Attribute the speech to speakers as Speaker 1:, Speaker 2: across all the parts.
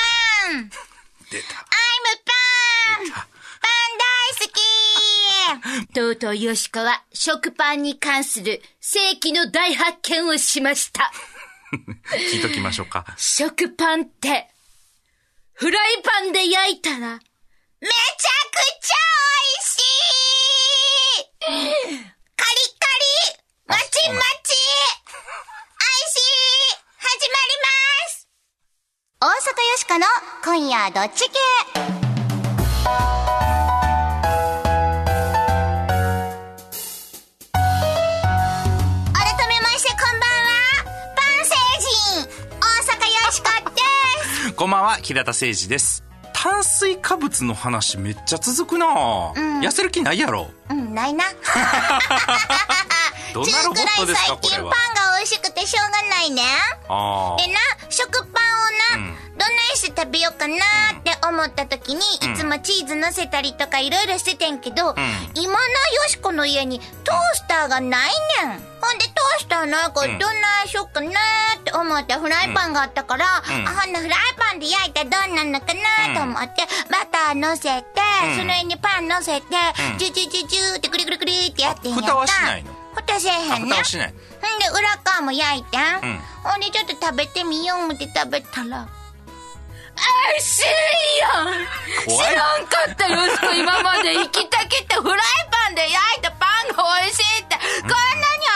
Speaker 1: とうとう吉川、食パンに関する世紀の大発見をしました。
Speaker 2: 聞いときましょうか。
Speaker 1: 食パンって、フライパンで焼いたら、めちゃくちゃ美味しいカリカリマチマチ美味しい始まります
Speaker 3: 大阪よしかの今夜どっち系改めましてこんばんはパン星人大阪よしかです
Speaker 2: こんばんは、平田誠二です。炭水化物の話めっちゃ続くな、ぁ痩せる気ないやろ。
Speaker 3: うんないな
Speaker 2: どん
Speaker 3: 中
Speaker 2: なロボ
Speaker 3: くら
Speaker 2: ット
Speaker 3: い
Speaker 2: ですか、
Speaker 3: 最
Speaker 2: こ
Speaker 3: 近パ
Speaker 2: れ
Speaker 3: ン
Speaker 2: は
Speaker 3: が。美味しくてしょうがないね
Speaker 2: あ
Speaker 3: でな食パンをな、
Speaker 2: うん
Speaker 3: どないして食べようかなって思った時に、いつもチーズ乗せたりとかいろいろしててんけど、今なよしこの家にトースターがないねんほんでトースターないからど
Speaker 2: うん
Speaker 3: んなしよっかなって思ったフライパンがあったから、
Speaker 2: ん
Speaker 3: あほんなフライパンで焼いたらどんなのかなと思って、バター乗せて、
Speaker 2: うん
Speaker 3: その上にパン乗せて、
Speaker 2: ん
Speaker 3: ジュジュジュジュってくるくるくるってやってんやんか
Speaker 2: あ蓋はしないの
Speaker 3: 蓋せえ
Speaker 2: あ。あ、
Speaker 3: へんね
Speaker 2: 蓋はしない。
Speaker 3: ほんで裏側も焼いてん、
Speaker 2: うん
Speaker 3: ほんでちょっと食べてみよう思って食べたら
Speaker 1: 美味しいやん
Speaker 2: 怖い
Speaker 1: 知らんかったよしこ今まで生きたきってフライパンで焼いたパンが美味しいってこんなに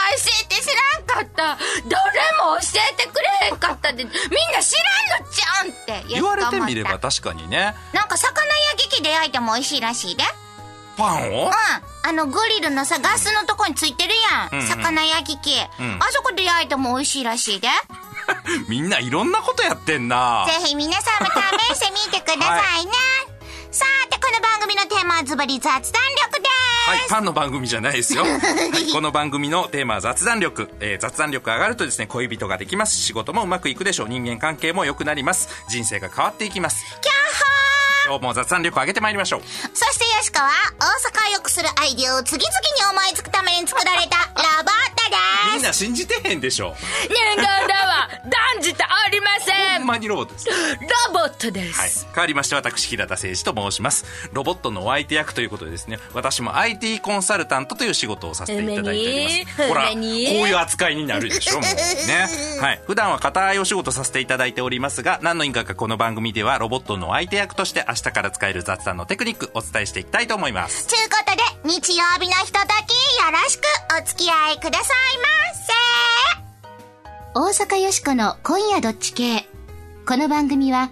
Speaker 1: 美味しいって知らんかったどれも教えてくれへんかったってみんな知らんのじゃんって
Speaker 2: 言われてみれ
Speaker 3: よ
Speaker 2: ば
Speaker 3: し
Speaker 2: 確かにね。
Speaker 3: なんか魚焼き器で焼いても美味しいらしいで
Speaker 2: パンを
Speaker 3: うんあのグリルのさガスのとこについてるやん、
Speaker 2: うんうん
Speaker 3: 魚焼き器、
Speaker 2: ん
Speaker 3: あそこで焼いても美味しいらしいで
Speaker 2: みんないろんなことやってんな
Speaker 3: ぜひ皆さんも試してみてくださいね、さてこの番組のテーマはズバリ雑談力です、
Speaker 2: はい、パンの番組じゃないですよ。はい、この番組のテーマは雑談力。えー雑談力が上がるとですね、恋人ができます。仕事もうまくいくでしょう。人間関係も良くなります。人生が変わっていきます。
Speaker 3: キャッホー
Speaker 2: 今日も雑談力上げてまいりましょう。
Speaker 3: そしてヨシカは大阪を良くするアイディアを次々に思いつくために作られたロボット
Speaker 2: み
Speaker 3: で
Speaker 2: ん
Speaker 3: す
Speaker 2: な信じてへんでしょ。
Speaker 1: 人間では断じてありませ
Speaker 2: ほん
Speaker 1: ん
Speaker 2: まにロボットです。
Speaker 1: ロボットで
Speaker 2: はい
Speaker 1: す、。
Speaker 2: 変わりまして、私、平田誠二と申します。ロボットのお相手役ということでですね、私も IT コンサルタントという仕事をさせていただいております。
Speaker 1: うめに
Speaker 2: ほ
Speaker 1: う
Speaker 2: ら、こう
Speaker 1: めに
Speaker 2: いう扱いになるでし ょ、もうね。はい。普段は固いお仕事させていただいておりますが、何の因果かこの番組では、ロボットのお相手役として明日から使える雑談のテクニック、お伝えしていきたいと思います。
Speaker 3: ちゅうことで日曜日のひとときよろしくお付き合いくださいませ大阪ヨシカの今夜どっち系この番組は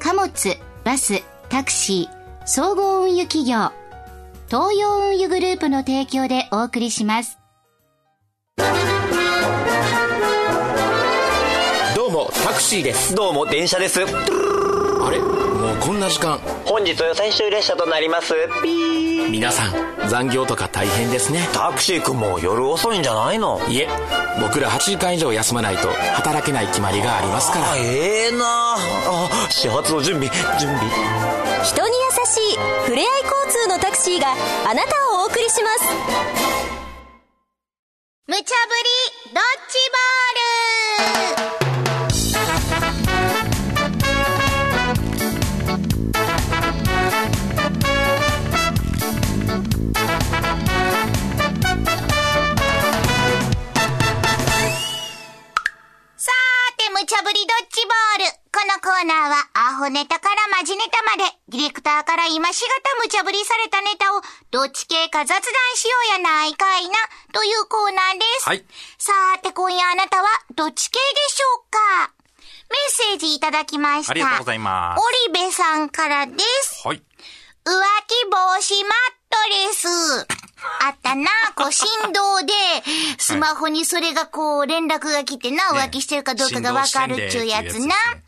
Speaker 3: 貨物バスタクシー総合運輸企業東洋運輸グループの提供でお送りします
Speaker 4: どうもタクシーです
Speaker 5: どうも電車です
Speaker 4: あれもうこんな時間
Speaker 5: 本日最終列車となりますピー
Speaker 4: 皆さん残業とか大変ですね
Speaker 5: タクシー君も夜遅いんじゃないの
Speaker 4: いえ僕ら8時間以上休まないと働けない決まりがありますから
Speaker 5: あええなあ始発の準備準備
Speaker 6: 人に優しいふれあい交通のタクシーがあなたをお送りします
Speaker 3: 無茶ぶりドッジボールさーて、無茶ぶりドッジボール。このコーナーは、アホネタからマジネタまで、ディレクターから今しがた無茶ぶりされたネタを、どっち系か雑談しようやないかいな、というコーナーです。
Speaker 2: はい
Speaker 3: さーて、今夜あなたは、どっち系でしょうかメッセージいただきました。
Speaker 2: ありがとうございます
Speaker 3: オリベさんからです。
Speaker 2: はい。
Speaker 3: 浮気防止マットレス。あったな、 こう、振動で、スマホにそれがこう、連絡が来てな、浮気してるかどうかがわかるっちゅうやつ
Speaker 2: 振動してんでっていう
Speaker 3: な
Speaker 2: や。つですね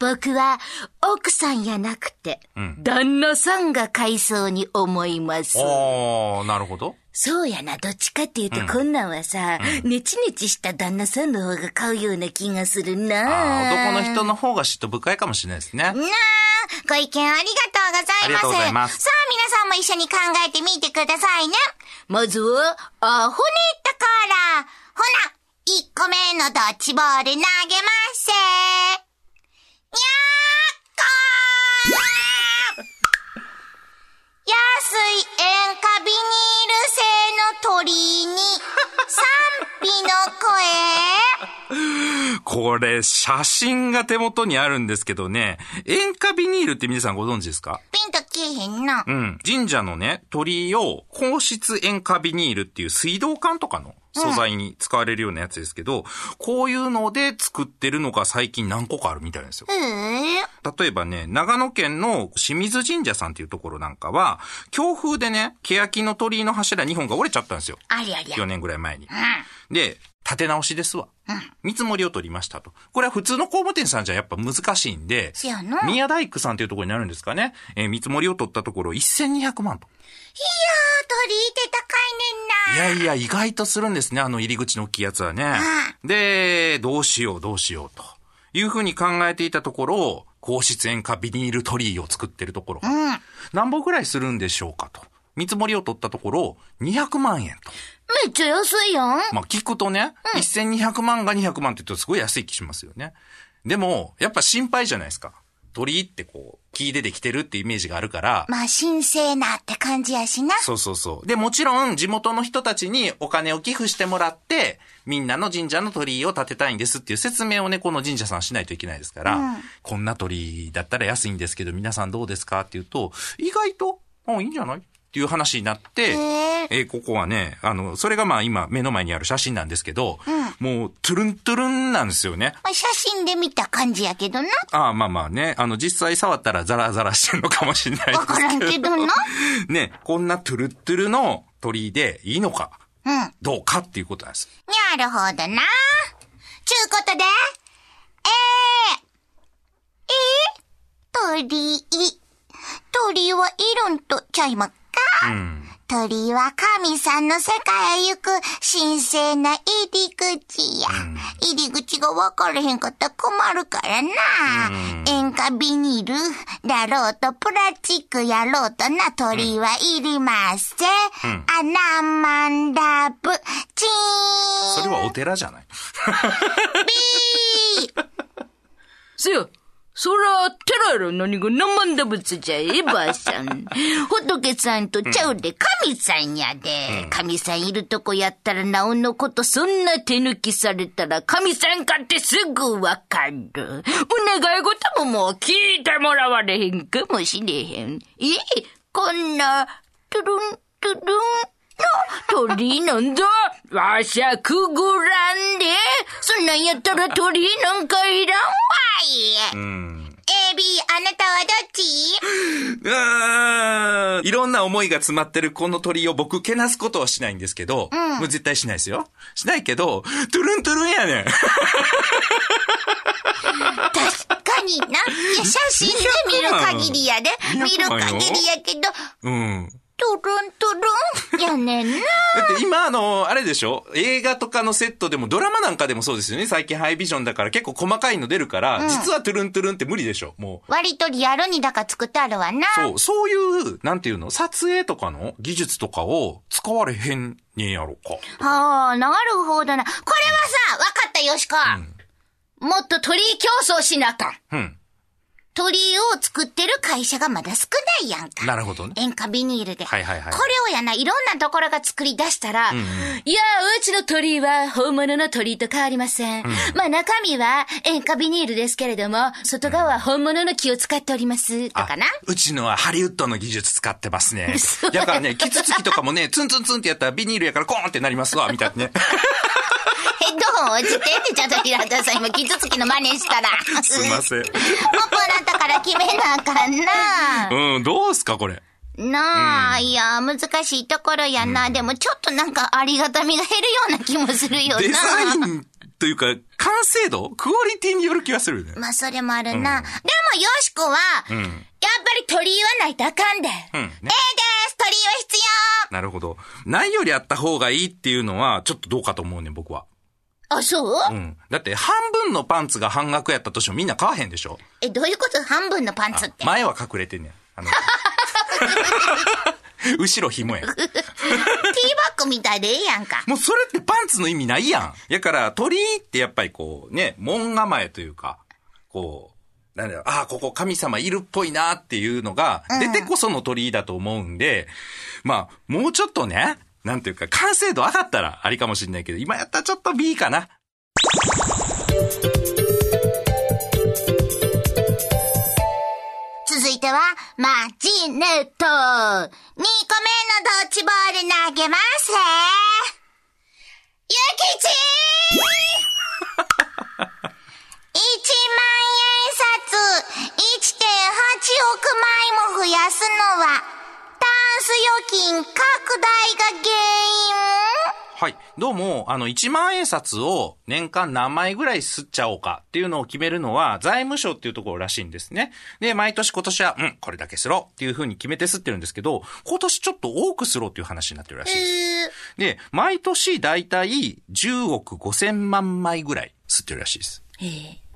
Speaker 1: 僕は奥さんやなくて、旦那さんが買いそうに思います
Speaker 2: おー、なるほど。
Speaker 1: そうやな、どっちかっていうと、こんなんはさ、ネチネチした旦那さんの方が買うような気がする
Speaker 2: あ
Speaker 1: な
Speaker 2: ー男の人の方が嫉妬深いかもしれないですね。
Speaker 3: なあ、ご意見あり
Speaker 2: あり
Speaker 3: が
Speaker 2: が
Speaker 3: とうござ
Speaker 2: とうござ
Speaker 3: い
Speaker 2: い
Speaker 3: ま。
Speaker 2: ますす
Speaker 3: さあ、皆さんも一緒に考えてみてくださいね。
Speaker 1: まずは、
Speaker 3: アホネタから、ほな、1個目のドッジボール投げまっせにゃーっこー安い塩化ビニール製
Speaker 2: これ、写真が手元にあるんですけどね、塩化ビニールって皆さんご存知ですか
Speaker 3: ピンときえへんな。
Speaker 2: うん。神社のね、鳥居を、硬質塩化ビニールっていう水道管とかの素材に使われるようなやつですけど、こういうので作ってるのが最近何個かあるみたいなんですよ。
Speaker 3: へえ。
Speaker 2: 例えばね、長野県の清水神社さんっていうところなんかは、強風でね、欅の鳥居の柱2本が折れちゃったんですよ。
Speaker 3: ありゃりゃ。
Speaker 2: 4年ぐらい前に。で、立て直しですわ。見積もりを取りましたと。これは普通の工務店さんじゃやっぱ難しいんで、
Speaker 3: せやな
Speaker 2: 宮大工さんというところになるんですかね。えー見積もりを取ったところ1200万と。
Speaker 3: あ鳥居って高いねん
Speaker 2: い
Speaker 3: な。
Speaker 2: やいや、意外とするんですね、あの入り口の大きいやつはね。で、どうしよう、どうしようと。いうふうに考えていたところ、高質塩化ビニール鳥居を作ってるところが、何本ぐらいするんでしょうかと。見積もりを取ったところ、200万円と。
Speaker 3: めっちゃ安いやん。
Speaker 2: まあ聞くとね、1200万が200万って言うとすごい安い気しますよね。でも、やっぱ心配じゃないですか。鳥居ってこう、木でできてるってイメージがあるから、
Speaker 3: まあ、神聖なって感じやしな。
Speaker 2: そうそうそう。で、もちろん、地元の人たちにお金を寄付してもらって、みんなの神社の鳥居を建てたいんですっていう説明をね、この神社さんしないといけないですから、こんな鳥居だったら安いんですけど、皆さんどうですかっていうと、意外と、もういいんじゃないっていう話になって、えーここはね、あの、それがまあ今目の前にある写真なんですけど、もう、トゥルントゥルンなんですよね。
Speaker 3: まあ、写真で見た感じやけどな。
Speaker 2: ああ、まあまあね、あの、実際触ったらザラザラしてるのかもしれないですけど。
Speaker 3: わからんけどな。
Speaker 2: ね、こんなトゥルットゥルの鳥居でいいのか、
Speaker 3: うん
Speaker 2: どうかっていうことなんです。
Speaker 3: なるほどな。ちゅうことで、えー、えー、鳥居。鳥居はいるんとちゃいまっか。鳥居は神さんの世界へ行く神聖な入り口や。入り口が分からへんかったら困るからな。塩化ビニールだろうとプラスチックやろうとな鳥居はいりません。アナマンダブ、チーン
Speaker 2: それはお寺じゃない。
Speaker 1: せや、そら、テラやろ何が何万だ物じゃ、エヴァさ ん。仏さんとちゃうで、神さんやで。神さんいるとこやったら、なおのことそんな手抜きされたら、神さんかってすぐわかる。お願い事ももう聞いてもらわれへんかもしれへん。えこんな、トゥルン、トゥルン。の鳥なんだわしゃくぐらんでそんなんやったら鳥なんかいらんわ
Speaker 3: はい。AB、あなたはどっち
Speaker 2: うーんいろんな思いが詰まってるこの鳥居を僕、けなすことはしないんですけど、もう絶対しないですよ。しないけど、トゥルントゥルンやねん。
Speaker 3: 確かにな。いや、写真で見る限りやで。見る
Speaker 2: 200万よ
Speaker 3: 限りやけど、
Speaker 2: うん。
Speaker 3: トルントルンやね んな。
Speaker 2: だって今あの、あれでしょ映画とかのセットでもドラマなんかでもそうですよね。最近ハイビジョンだから結構細かいの出るから、実はトゥルントゥルンって無理でしょもう。
Speaker 3: 割とリアルにだから作ってあるわな。
Speaker 2: そう、そういう、なんていうの撮影とかの技術とかを使われへんねんやろか。
Speaker 3: はあ、なるほどな。これはさ、わかったよしこ。もっと鳥居競争しなあかん。
Speaker 2: うん。
Speaker 3: 鳥居を作ってる会社がまだ少ないやんか。
Speaker 2: なるほどね。
Speaker 3: 塩化ビニールで。
Speaker 2: はいはいはい
Speaker 3: これをやな、いろんなところが作り出したら、いや、うちの鳥居は本物の鳥居と変わりません。まあ中身は塩化ビニールですけれども、外側は本物の木を使っております。と
Speaker 2: あ
Speaker 3: かな。
Speaker 2: うちのはハリウッドの技術使ってますね
Speaker 3: 嘘。
Speaker 2: だからね、キツツキとかもね、ツンツンツンってやったらビニールやからコーンってなりますわ、みたいなね。
Speaker 3: ヘッドホン落ちてってちょっと平田さん今、キツツキの真似したら。
Speaker 2: すい ません。
Speaker 3: ポッポだったから決めなあかんな。
Speaker 2: うん、どうすか、これ。
Speaker 3: なあ、いや、難しいところやな。でもちょっとなんかありがたみが減るような気もするよな。
Speaker 2: デザインというか、完成度クオリティによる気がするよね。
Speaker 3: まあ、それもあるな。でも、よしこは、やっぱり鳥居はないとあかんで。ええ
Speaker 2: ね
Speaker 3: です鳥居は必
Speaker 2: なるほど。ないよりあった方がいいっていうのは、ちょっとどうかと思うね、僕は。
Speaker 3: 要あ、そう
Speaker 2: うん。だって、半分のパンツが半額やったとしてもみんな買わへんでしょ
Speaker 3: え、どういうこと半分のパンツって。
Speaker 2: 前は隠れてんねん。あ の後ろ紐やん。
Speaker 3: ティーバッグみたいでええやんか。
Speaker 2: もうそれってパンツの意味ないやん。やから、鳥居ってやっぱりこう、ね、門構えというか、こう、なんだろう、ああ、ここ神様いるっぽいなっていうのが、出てこその鳥居だと思うんで、まあ、もうちょっとね、なんていうか、完成度上がったらありかもしれないけど、今やったらちょっと B かな。
Speaker 3: 続いては、マジネット。2個目のドッジボール投げますね。ゆきち !1 万円札、1.8億枚も増やすのは、タンス預金拡大が原因
Speaker 2: はい。どうも、あの、1万円札を年間何枚ぐらい吸っちゃおうかっていうのを決めるのは財務省っていうところらしいんですね。で、毎年今年は、うん、これだけ吸ろうっていうふうに決めて吸ってるんですけど、今年ちょっと多く吸ろうっていう話になってるらしいです。で、毎年だいたい10億5千万枚ぐらい吸ってるらしいです。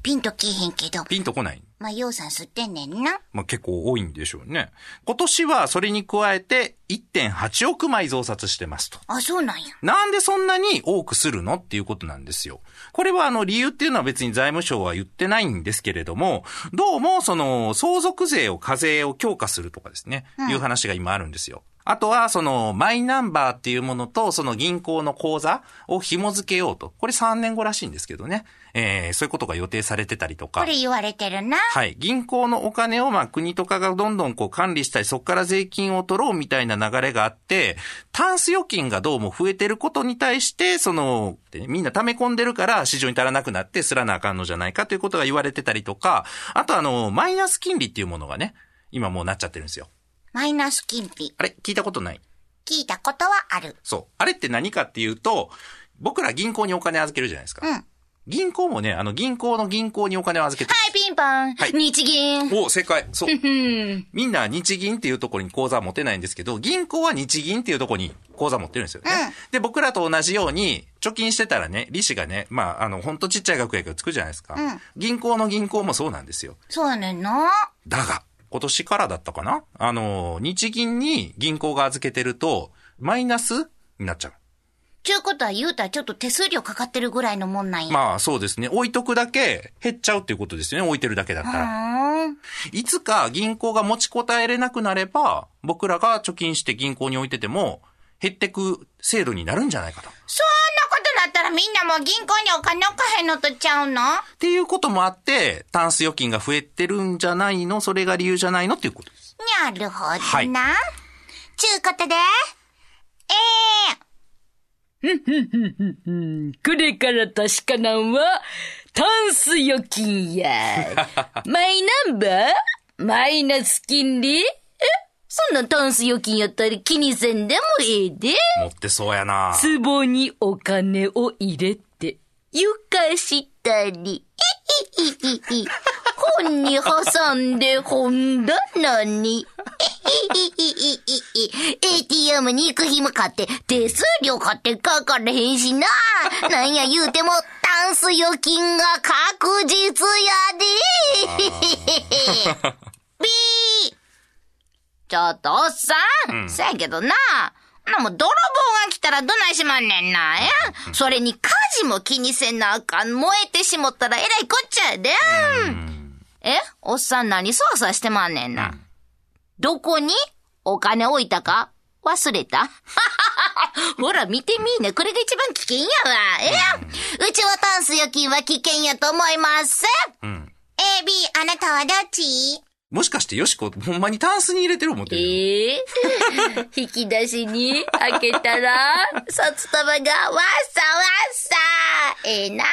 Speaker 3: ピンときいへんけど、
Speaker 2: ピンとこない
Speaker 3: まあ、ようさん吸ってんねんな。
Speaker 2: まあ、結構多いんでしょうね。今年はそれに加えて1.8億枚増刷してますと。
Speaker 3: あ、そうなんや。
Speaker 2: なんでそんなに多くするのっていうことなんですよ。これはあの理由っていうのは別に財務省は言ってないんですけれども、どうもその相続税を課税を強化するとかですね、いう話が今あるんですよ。あとは、その、マイナンバーっていうものと、その銀行の口座を紐付けようと。これ3年後らしいんですけどね。えー、そういうことが予定されてたりとか。
Speaker 3: これ言われてるな。
Speaker 2: はい。銀行のお金を、まあ、国とかがどんどんこう管理したり、そこから税金を取ろうみたいな流れがあって、タンス預金がどうも増えてることに対して、その、でみんな溜め込んでるから市場に足らなくなって、すらなあかんのじゃないかということが言われてたりとか、あとあの、マイナス金利っていうものがね、今もうなっちゃってるんですよ。
Speaker 3: マイナス金利。
Speaker 2: あれ聞いたことない
Speaker 3: 聞いたことはある。
Speaker 2: そう。あれって何かっていうと、僕ら銀行にお金預けるじゃないですか。
Speaker 3: うん
Speaker 2: 銀行もね、あの、銀行の銀行にお金を預けてる
Speaker 3: はい、ピンポン。
Speaker 2: はい
Speaker 3: 日銀。
Speaker 2: お、正解。そう。みんな日銀っていうところに口座持てないんですけど、銀行は日銀っていうところに口座持ってるんですよね。
Speaker 3: うん
Speaker 2: で、僕らと同じように、貯金してたらね、利子がね、まあ、あの、ほんとちっちゃい額やけどつくじゃないですか。
Speaker 3: ん
Speaker 2: 銀行の銀行もそうなんですよ。
Speaker 3: そうやねんな。
Speaker 2: だが、今年からだったかなあの、日銀に銀行が預けてると、マイナスになっちゃう。
Speaker 3: ちゅうことは言うたらちょっと手数料かかってるぐらいのもんなんや。
Speaker 2: まあ、そうですね。置いとくだけ減っちゃうっていうことですよね。置いてるだけだったら。
Speaker 3: うーん。
Speaker 2: いつか銀行が持ちこたえれなくなれば、僕らが貯金して銀行に置いてても、減ってく制度になるんじゃないかと。っ
Speaker 3: そんなことだったらみんなもう銀行にお金置かへんのとちゃうの
Speaker 2: ていうこともあって、タンス預金が増えてるんじゃないのそれが理由じゃないのっていうことです。
Speaker 3: なるほどな。
Speaker 2: はい
Speaker 3: ちゅうことで、えー、
Speaker 7: これから確かなんは、タンス預金や。 マイナンバーマイナス金利えそんなんタンス預金やったり気にせんでもええで。
Speaker 2: 持ってそうやな
Speaker 7: 壺にお金を入れて、床したり、いいいいい本に挟んで本棚に。
Speaker 3: いいいいいい ATM に行く日も買って、手数料買ってかかれへんしな。なんや言うても、タンス預金が確実やで。 ビーちょっとおっさん、そやけどな。ほなもう泥棒が来たらどないしまんねんな。やそれに火事も気にせなあかん。燃えてしもったらえらいこっちゃやで。えおっさん何操作してまんねんな。どこにお金置いたか忘れた ほら、見てみーね。これが一番危険やわ。ええうちはタンス預金は危険やと思います。
Speaker 2: うん。
Speaker 3: AB、あなたはどっち
Speaker 2: もしかしてよしこ、ほんまにタンスに入れてる思ってる、
Speaker 7: え え引き出しに開けたら、
Speaker 3: 札束がわっさわっさええな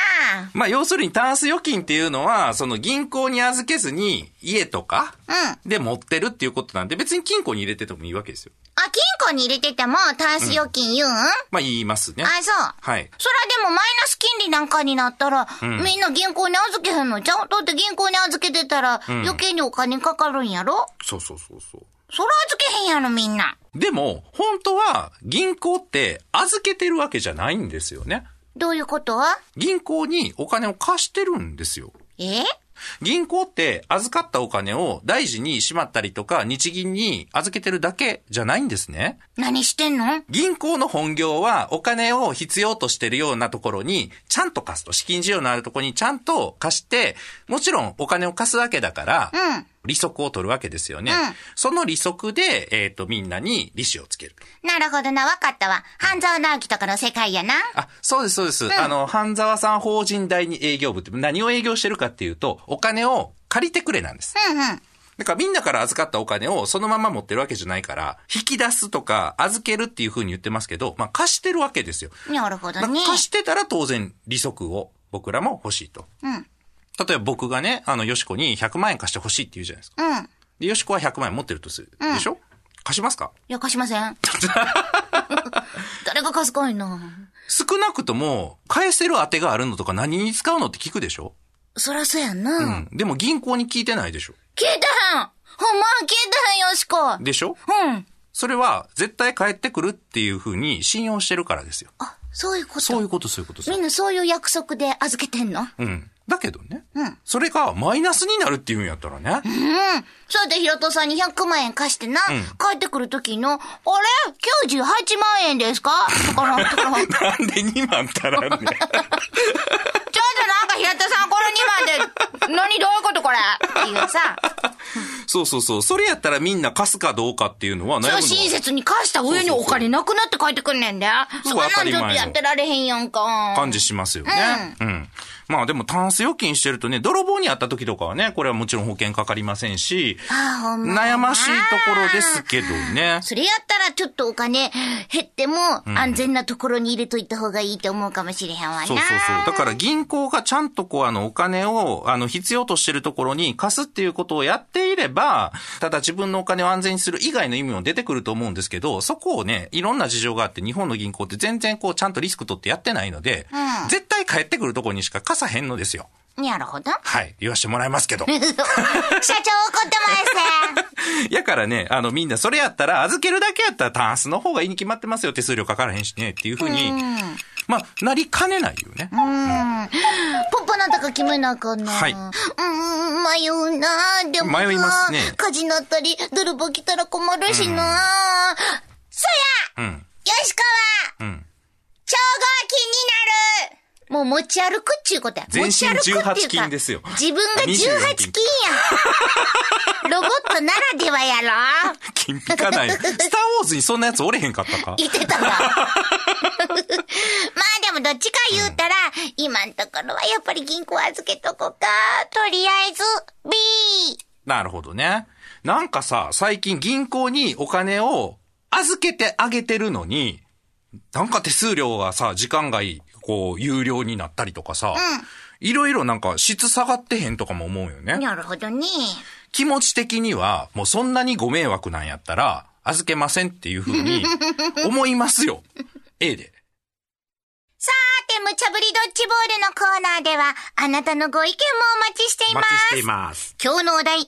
Speaker 2: まあ、要するにタンス預金っていうのは、その銀行に預けずに、家とか、で持ってるっていうことなんで、別に金庫に入れててもいいわけですよ。
Speaker 3: あ、金庫に入れててもタンス預金言うん、あ、
Speaker 2: まあ、言いますね。
Speaker 3: そう。
Speaker 2: はい。
Speaker 3: そらでもマイナス金利なんかになったら、
Speaker 2: ん
Speaker 3: みんな銀行に預けへんのちゃうだって銀行に預けてたら、余計にお金かかるんやろ
Speaker 2: そうそうそうそう。
Speaker 3: そら預けへんやろみんな。
Speaker 2: でも、本当は銀行って預けてるわけじゃないんですよね。
Speaker 3: どういうことは
Speaker 2: 銀行にお金を貸してるんですよ。
Speaker 3: え
Speaker 2: 銀行って預かったお金を大事にしまったりとか日銀に預けてるだけじゃないんですね。
Speaker 3: 何してんの
Speaker 2: 銀行の本業はお金を必要としてるようなところにちゃんと貸すと。資金需要のあるところにちゃんと貸して、もちろんお金を貸すわけだから、
Speaker 3: うん。
Speaker 2: 利息を取るわけですよね。その利息で、えっ、と、みんなに利子をつける。
Speaker 3: なるほどな、わかったわ。半沢直樹とかの世界やな。
Speaker 2: あ、そうです、そうです。あの、半沢さん法人第二営業部って何を営業してるかっていうと、お金を借りてくれなんです。
Speaker 3: うんうん。
Speaker 2: だからみんなから預かったお金をそのまま持ってるわけじゃないから、引き出すとか預けるっていう風に言ってますけど、まあ貸してるわけですよ。
Speaker 3: なるほど
Speaker 2: ま
Speaker 3: ね
Speaker 2: あ。貸してたら当然利息を僕らも欲しいと。
Speaker 3: うん。
Speaker 2: 例えば僕がね、あの、よしこに100万円貸してほしいって言うじゃないですか。
Speaker 3: うん。い
Speaker 2: で、よしこは100万円持ってるとする。でしょ貸しますか
Speaker 3: や、貸しませ ん。誰が貸すかいな。
Speaker 2: 少なくとも、返せる当てがあるのとか何に使うのって聞くでしょ
Speaker 3: そらそうやんな。
Speaker 2: う
Speaker 3: 聞い
Speaker 2: ん。でも銀行に聞いてないでしょ
Speaker 3: てへんほんま聞いてへんよしこ。う
Speaker 2: でしょ
Speaker 3: ん。
Speaker 2: それは絶対返ってくるっていう風に信用してるからですよ。
Speaker 3: あ、そういうこと。
Speaker 2: そういうこと、そういうこと。そう
Speaker 3: み
Speaker 2: いうん
Speaker 3: なそういう約束で預けてんの
Speaker 2: うん。だけどね。
Speaker 3: うん
Speaker 2: それがマイナスになるっていうんやったらね。
Speaker 3: うん。そうやってひろとさんに100万円貸してな、帰ってくる時の、あれ ?98 万円ですかと かなとか。ちょうどなんか
Speaker 2: なんで2万足 らんねん。
Speaker 3: ひろとさんこの2万で、何どういうことこれっていうさ、
Speaker 2: そうそうそう。それやったらみんな貸すかどうかっていうのは悩むの
Speaker 3: そ
Speaker 2: は
Speaker 3: う親切に貸した上にお金なくなって帰ってくんねんで。
Speaker 2: そう
Speaker 3: そんなん
Speaker 2: 当たり
Speaker 3: ちょっと
Speaker 2: 前の
Speaker 3: やってられへんやんか。
Speaker 2: 感じしますよね。うん。まあでも、タンス預金してるとね、泥棒にあった時とかはね、これはもちろん保険かかりませんし、
Speaker 3: あほんまや
Speaker 2: 悩
Speaker 3: な
Speaker 2: ましいところですけどね。
Speaker 3: それやったらちょっとお金減っても安全なところに入れといた方がいいと思うかもしれへんわな。
Speaker 2: そうそうそう。だから銀行がちゃんとこう、あの、お金を、あの、必要としてるところに貸すっていうことをやっていれば、ただ自分のお金を安全にする以外の意味も出てくると思うんですけど、そこをね、いろんな事情があって、日本の銀行って全然こう、ちゃんとリスク取ってやってないので、
Speaker 3: うん
Speaker 2: 絶対返ってくるところにしか貸さへんのですよ。
Speaker 3: なるほど。
Speaker 2: はい。言わしてもらいますけど。
Speaker 3: 社長怒って ます。
Speaker 2: やからね、あのみんなそれやったら、預けるだけやったらタンスの方がいいに決まってますよ、手数料かからへんしね、っていうふうに、まあ、なりかねないよね。
Speaker 3: ポッポなんだか決めなあかんな。
Speaker 2: はい
Speaker 3: うん、迷うなあでもなあ
Speaker 2: 迷いますね
Speaker 3: 火事になったり、泥棒来たら困るしなあそ
Speaker 2: うん。
Speaker 3: やよしこは
Speaker 2: うん。
Speaker 3: 超合金になるもう持ち歩くっちゅうことや。
Speaker 2: 全身
Speaker 3: 持ち歩くっていう
Speaker 2: 18
Speaker 3: か
Speaker 2: 金ですよ
Speaker 3: 自分が18金
Speaker 2: 24
Speaker 3: や。 ロボットならではやろ
Speaker 2: 金ピカない。スターウォーズにそんなやつおれへんかったか
Speaker 3: 言ってたわ。 まあでもどっちか言うたら、今んところはやっぱり銀行預けとこか。とりあえず、B!
Speaker 2: なるほどね。なんかさ、最近銀行にお金を預けてあげてるのに、なんか手数料がさ、時間外、こう、有料になったりとかさ、いろいろなんか質下がってへんとかも思うよね。
Speaker 3: なるほどね。
Speaker 2: 気持ち的には、もうそんなにご迷惑なんやったら、預けませんっていうふうに、思いま すよ。A で。
Speaker 3: さーて、無茶ぶりドッジボールのコーナーでは、あなたのご意見もお待ちしてい
Speaker 2: お
Speaker 3: ま
Speaker 2: 待ちし
Speaker 3: す
Speaker 2: てい。ます。
Speaker 3: 今日のお題、安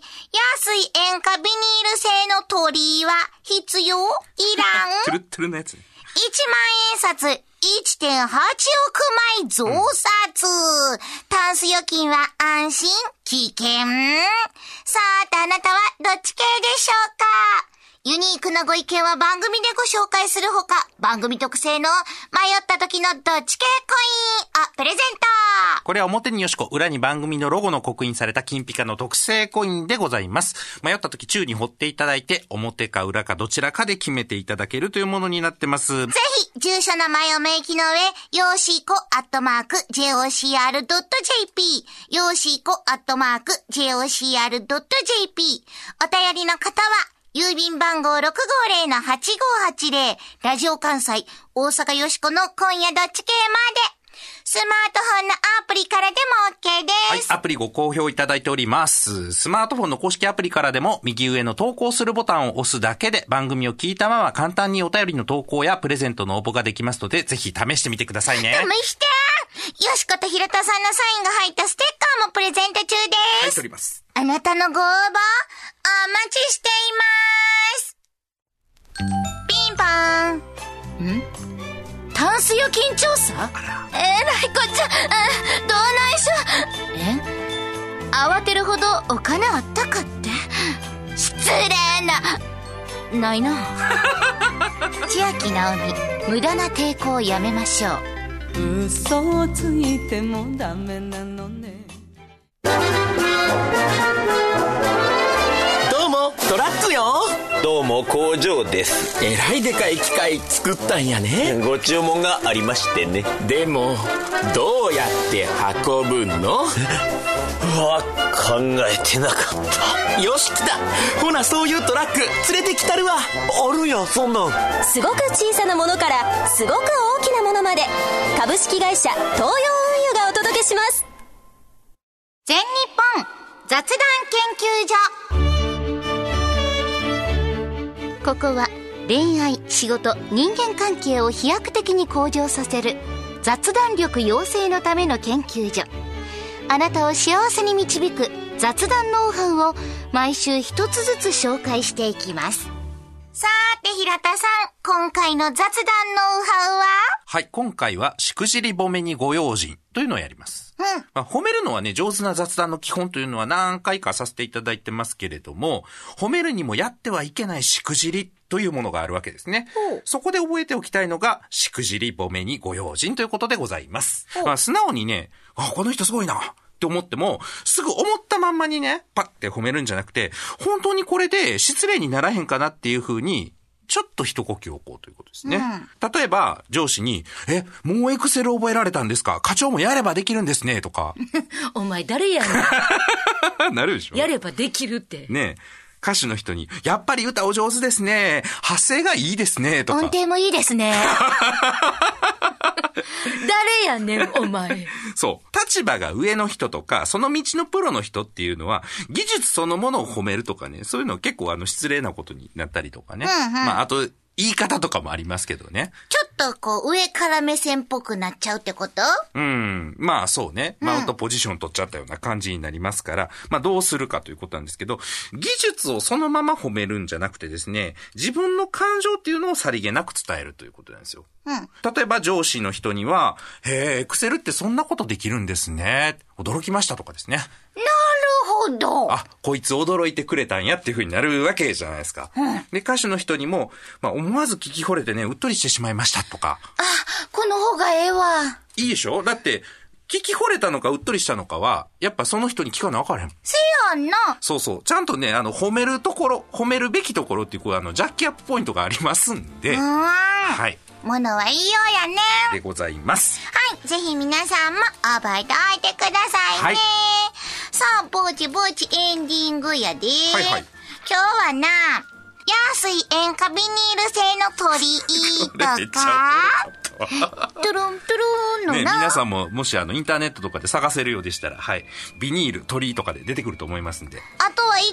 Speaker 3: い塩化ビニール製の鳥居は必要いらん ?1
Speaker 2: トゥルットゥルのやつね。
Speaker 3: 万円札1.8億枚増刷、タンス預金は安心、危険さてあなたはどっち系でしょうかユニークなご意見は番組でご紹介するほか、番組特製の迷った時のどっち系コインをプレゼント
Speaker 2: これは表によしこ、裏に番組のロゴの刻印された金ピカの特製コインでございます。迷った時宙に掘っていただいて、表か裏かどちらかで決めていただけるというものになってます。
Speaker 3: ぜひ、住所名前を明記の上、よーしーこアットマーク、jocr.jp、よーしーこアットマーク、jocr.jp。お便りの方は、郵便番号650-8580、ラジオ関西、大阪よしこの今夜どっち系まで、スマートフォンのアプリからでも OK
Speaker 2: は
Speaker 3: で
Speaker 2: い
Speaker 3: す。、
Speaker 2: アプリご好評いただいております。スマートフォンの公式アプリからでも、右上の投稿するボタンを押すだけで、番組を聞いたまま簡単にお便りの投稿やプレゼントの応募ができますので、ぜひ試してみてくださいね。
Speaker 3: 試してよしことひろたさんのサインが入ったステッカーもプレゼント中です。
Speaker 2: ております。
Speaker 3: あなたのご応募、お待ちしていますピンポーン
Speaker 7: タンス預金調査
Speaker 3: えらいこっちゃ、うんどうないしょえ慌てるほどお金あったかって失礼な
Speaker 7: ないな。
Speaker 3: 千秋直美無駄な抵抗をやめましょう
Speaker 8: 嘘をついてもダメなのね
Speaker 5: どうもトラックよどうも工場です
Speaker 4: えらいでかい機械作ったんやね
Speaker 5: ご注文がありましてね
Speaker 4: でもどうやって運ぶの
Speaker 5: うわ考えてなか っ
Speaker 4: よし来たほなそういうトラック連れてきたるわ
Speaker 5: たあるやんそんなん
Speaker 6: すごく小さなものからすごく大きなものまで株式会社東洋運輸がお届けします
Speaker 3: 全日本雑談研究所ここは恋愛仕事人間関係を飛躍的に向上させる雑談力養成のための研究所あなたを幸せに導く雑談ノウハウを毎週一つずつ紹介していきますさーて平田さん今回の雑談ノウハ
Speaker 2: はい、今回は、しくじり褒めにご用心というのをやります。
Speaker 3: うん
Speaker 2: まあ、褒めるのはね、上手な雑談の基本というのは何回かさせていただいてますけれども、褒めるにもやってはいけないしくじりというものがあるわけですね。そこで覚えておきたいのが、しくじり褒めにご用心ということでございます。まあ、素直にね、あ、この人すごいな。って思っても、すぐ思ったまんまにね、パッて褒めるんじゃなくて、本当にこれで失礼にならへんかなっていうふうに、ちょっと一呼吸置こうということですね。例えば、上司に、え、もうエクセル覚えられたんですか課長もやればできるんですねとか。
Speaker 7: お前誰やね
Speaker 2: なるでしょ
Speaker 7: ん。やればできるって。
Speaker 2: ねえ歌手の人に、やっぱり歌お上手ですね。発声がいいですね。
Speaker 3: ウ
Speaker 2: と
Speaker 3: は音
Speaker 2: か。
Speaker 3: 程もいいですね
Speaker 7: 誰やねん、お前。
Speaker 2: そう。立場が上の人とか、その道のプロの人っていうのは、技術そのものを褒めるとかね、そういうの結構あの失礼なことになったりとかね。まあ、あと、言い方とかもありますけどね。
Speaker 3: ちょっとこう上から目線っぽくなっちゃうってこと
Speaker 2: うん。まあそうね。マウントポジション取っちゃったような感じになりますから、まあどうするかということなんですけど、技術をそのまま褒めるんじゃなくてですね、自分の感情っていうのをさりげなく伝えるということなんですよ。例えば上司の人には、へえ、エクセルってそんなことできるんですね。驚きましたとかですね。
Speaker 3: なるほど
Speaker 2: あ、こいつ驚いてくれたんやっていう風になるわけじゃないですか。で、歌手の人にも、まあ思わず聞き惚れてね、うっとりしてしまいましたとか。
Speaker 3: この方がええわ
Speaker 2: いいでしょだって、聞き惚れたのかうっとりしたのかは、やっぱその人に聞かなあかれへん。
Speaker 3: せやんな
Speaker 2: そうそう。ちゃんとね、あの、褒めるところ、褒めるべきところっていう、こう、あの、ジャッキアップポイントがありますんで、
Speaker 3: う
Speaker 2: はい。
Speaker 3: んものはいいようやね
Speaker 2: でございます。
Speaker 3: はいぜひ皆さんも覚えておいてくださいね、
Speaker 2: はい
Speaker 3: さあぼちぼちエンディングやで、
Speaker 2: はいはい
Speaker 3: 今日はな安い塩化ビニール製の
Speaker 2: め
Speaker 3: 鳥居
Speaker 2: っ
Speaker 3: と
Speaker 2: ちゃ
Speaker 3: か、トゥルントゥルンの
Speaker 2: ね、
Speaker 3: な、
Speaker 2: 皆さんも、もしあの、インターネットとかで探せるようでしたら、はい。ビニール、鳥居とかで出てくると思いますんで。
Speaker 3: あとは1万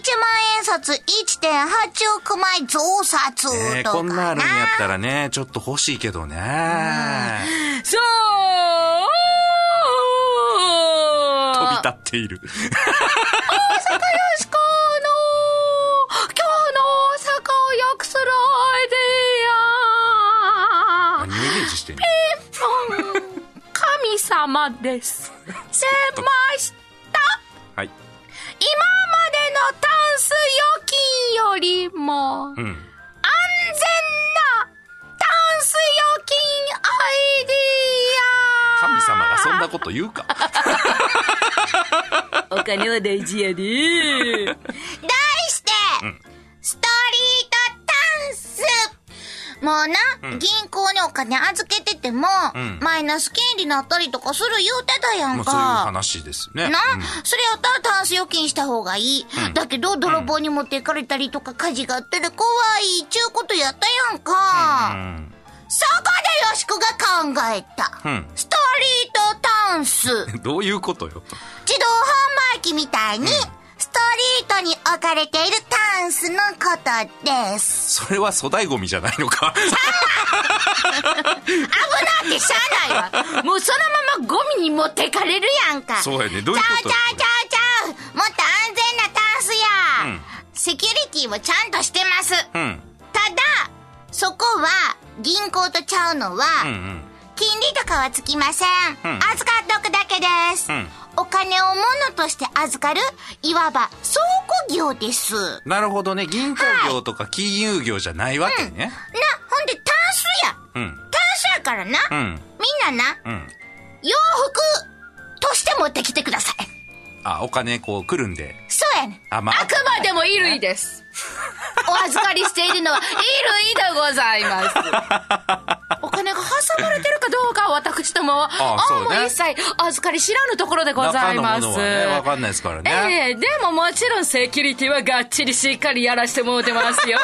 Speaker 3: 円札1.8億枚増札とかな、
Speaker 2: ねこんなあるんやったらね、ちょっと欲しいけどね。
Speaker 7: そう
Speaker 2: 飛び立っている。
Speaker 7: 今日の大阪を良くするア
Speaker 2: 何を
Speaker 7: イ
Speaker 2: イ
Speaker 7: デ
Speaker 2: メージしてんの
Speaker 7: ィア神様です。出ました
Speaker 2: はい。
Speaker 7: 今までのタンス預金よりも安全
Speaker 2: う。
Speaker 7: なんタンス預金アイディア
Speaker 2: 神様がそんなこと言うか。
Speaker 7: お金は大事やで。
Speaker 3: 題して、ストリートタンスもうな、銀行にお金預けてても、
Speaker 2: ん
Speaker 3: マイナス金利なったりとかする言うてたや
Speaker 2: ま
Speaker 3: ん
Speaker 2: あそういう
Speaker 3: か。
Speaker 2: 話ですね。
Speaker 3: な、
Speaker 2: うん
Speaker 3: それやったらタンス預金した方がいい。だけど、泥棒に持っていかれたりとか、火事があったら怖い、ちゅうことやったやんか。
Speaker 2: うん
Speaker 3: そこでよしこが考えた。
Speaker 2: うん
Speaker 3: ストリートタンス。
Speaker 2: どういうことよ。
Speaker 3: 自動販売機みたいに、ストリートに置かれているタンスのことです。
Speaker 2: それは粗大ゴミじゃない のか。
Speaker 3: 危なってしゃあないわ。
Speaker 7: もうそのままゴミに持っていかれるやん。
Speaker 3: やんか。
Speaker 2: そうやねどうい
Speaker 3: ち
Speaker 2: うこと
Speaker 3: ゃうちゃうちゃうちゃう。もっと安全なタンスや。
Speaker 2: うん
Speaker 3: セキュリティもちゃんとしてます。
Speaker 2: うん。
Speaker 3: ただ、そこは、銀行とちゃうのは、
Speaker 2: うんうん。
Speaker 3: 金利とかはつきません、
Speaker 2: うん
Speaker 3: 預かっとくだけです、
Speaker 2: うん
Speaker 3: お金を物として預かるいわば倉庫業ですなほん
Speaker 2: なるほどね。銀行業とか金融業じゃないわけね。
Speaker 3: でタンスや
Speaker 2: うん。
Speaker 3: タンスやからな、
Speaker 2: うん。
Speaker 3: みんなな
Speaker 2: うん。
Speaker 3: 洋服として持ってきてください
Speaker 2: あ、お金こう来るんで。
Speaker 3: そうやねん
Speaker 2: あ、まあ
Speaker 7: あくまでも衣類です。
Speaker 1: お預かりしているのは、衣類でございます。 お金が挟まれてるかどうかは私どもは、
Speaker 2: ああそうね
Speaker 1: もう一切預かり知らぬところでござ
Speaker 2: 中
Speaker 1: い
Speaker 2: の
Speaker 1: ま
Speaker 2: も
Speaker 1: す。
Speaker 2: のはね、わかんないですからね。
Speaker 7: ええでももちろんセキュリティはがっちりしっかりやらしてもうてますよ。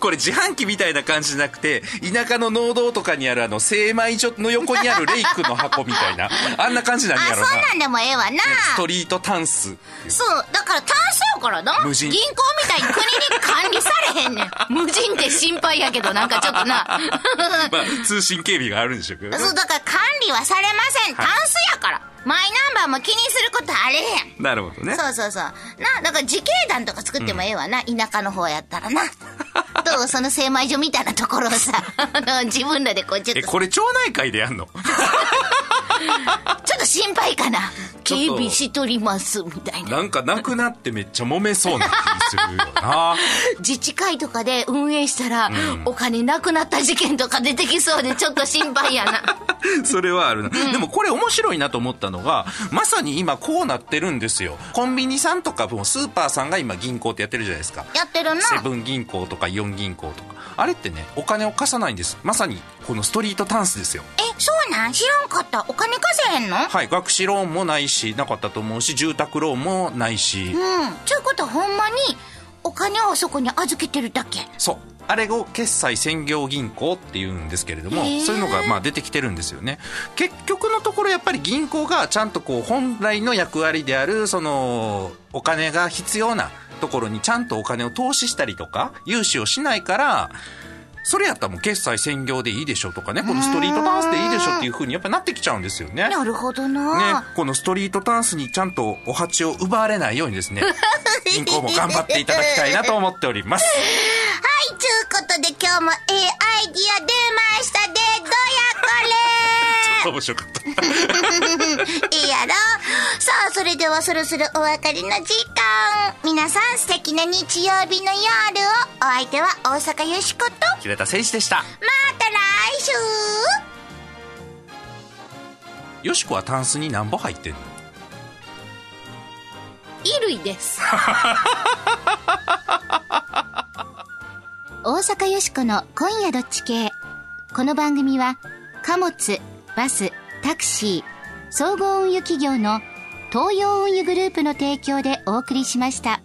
Speaker 2: これ自販機みたいな感じじゃなくて、田舎の農道とかにあるあの、精米所の横にあるレイクの箱みたい な、あんな感じなん
Speaker 3: あ
Speaker 2: や
Speaker 3: そ
Speaker 2: ろ
Speaker 3: ん
Speaker 2: な。
Speaker 3: なんでもええわな
Speaker 2: ストリートタンスっていう。
Speaker 3: そうだから単数やからな
Speaker 2: 無人
Speaker 3: 銀行みたいに国に管理されへんね ん無人って心配やけどなんかちょっとな
Speaker 2: まあ、通信警備があるんでしょうけどね。
Speaker 3: そうだから管理はされません単数やから、マイナンバーも気にすることあれへん
Speaker 2: なるほどね。
Speaker 3: そうそうそう。な、だから自警団とか作ってもええわな。田舎の方やったら な。どうその精米所みたいなところをさ、あの自分らでこうちょ
Speaker 2: え、
Speaker 3: っと、
Speaker 2: これ町内会でやん の
Speaker 3: ちょっと心配かな。
Speaker 2: ちょ
Speaker 3: 警
Speaker 2: っと
Speaker 3: 備しとります、みたいな。
Speaker 2: なんかなくなってめっちゃ揉めそうな気するよな。
Speaker 3: 自治会とかで運営したら、お金なくなった事件とか出てきそうでちょっと心配やな。
Speaker 2: それはあるな、でもこれ面白いなと思ったのが、まさに今こうなってるんですよ。コンビニさんとかもうスーパーさんが今銀行ってやってるじゃないですか。
Speaker 3: やってるな。
Speaker 2: セブン銀行とかイオン銀行とか。あれってね、お金を貸さないんです。まさに、このストリートタンスですよ。
Speaker 3: え、そうなん知らんかった。お金稼へんのうん。
Speaker 2: はい。学資ローンもないし、なかったと思うし、住宅ローンもないし。
Speaker 3: ちゅうことはほんまに、お金をあそこに預けてるだけ。
Speaker 2: そう。あれを決済専業銀行っていうんですけれども
Speaker 3: へー、
Speaker 2: そういうのがまあ出てきてるんですよね。結局のところやっぱり銀行がちゃんとこう本来の役割である、その、お金が必要なところにちゃんとお金を投資したりとか、融資をしないから、それやったらもう決済専業でいいでしょとかね、このストリートダンスでいいでしょっていう風にやっぱなってきちゃうんですよね。
Speaker 3: なるほど
Speaker 2: ね
Speaker 3: な。、
Speaker 2: このストリートタンスにちゃんとお鉢を奪われないよう にですね、銀行も頑張っていただきたいなと思ってお ります。
Speaker 3: はい、ちゅうことで今日もええアイディア出ましたで、どや
Speaker 2: 面白かった。
Speaker 3: これ ええやろさあ、それではそろそろお別れの時間。皆さん素敵な日曜日の夜を、お相手は大阪よしこと、ま
Speaker 2: 平田誠司でした。
Speaker 3: た来週
Speaker 2: よしこはタンスに何本入ってんの
Speaker 1: 衣類です。
Speaker 3: 大阪よしこの今夜どっち系。この番組は、貨物、バス、タクシー、総合運輸企業の東洋運輸グループの提供でお送りしました。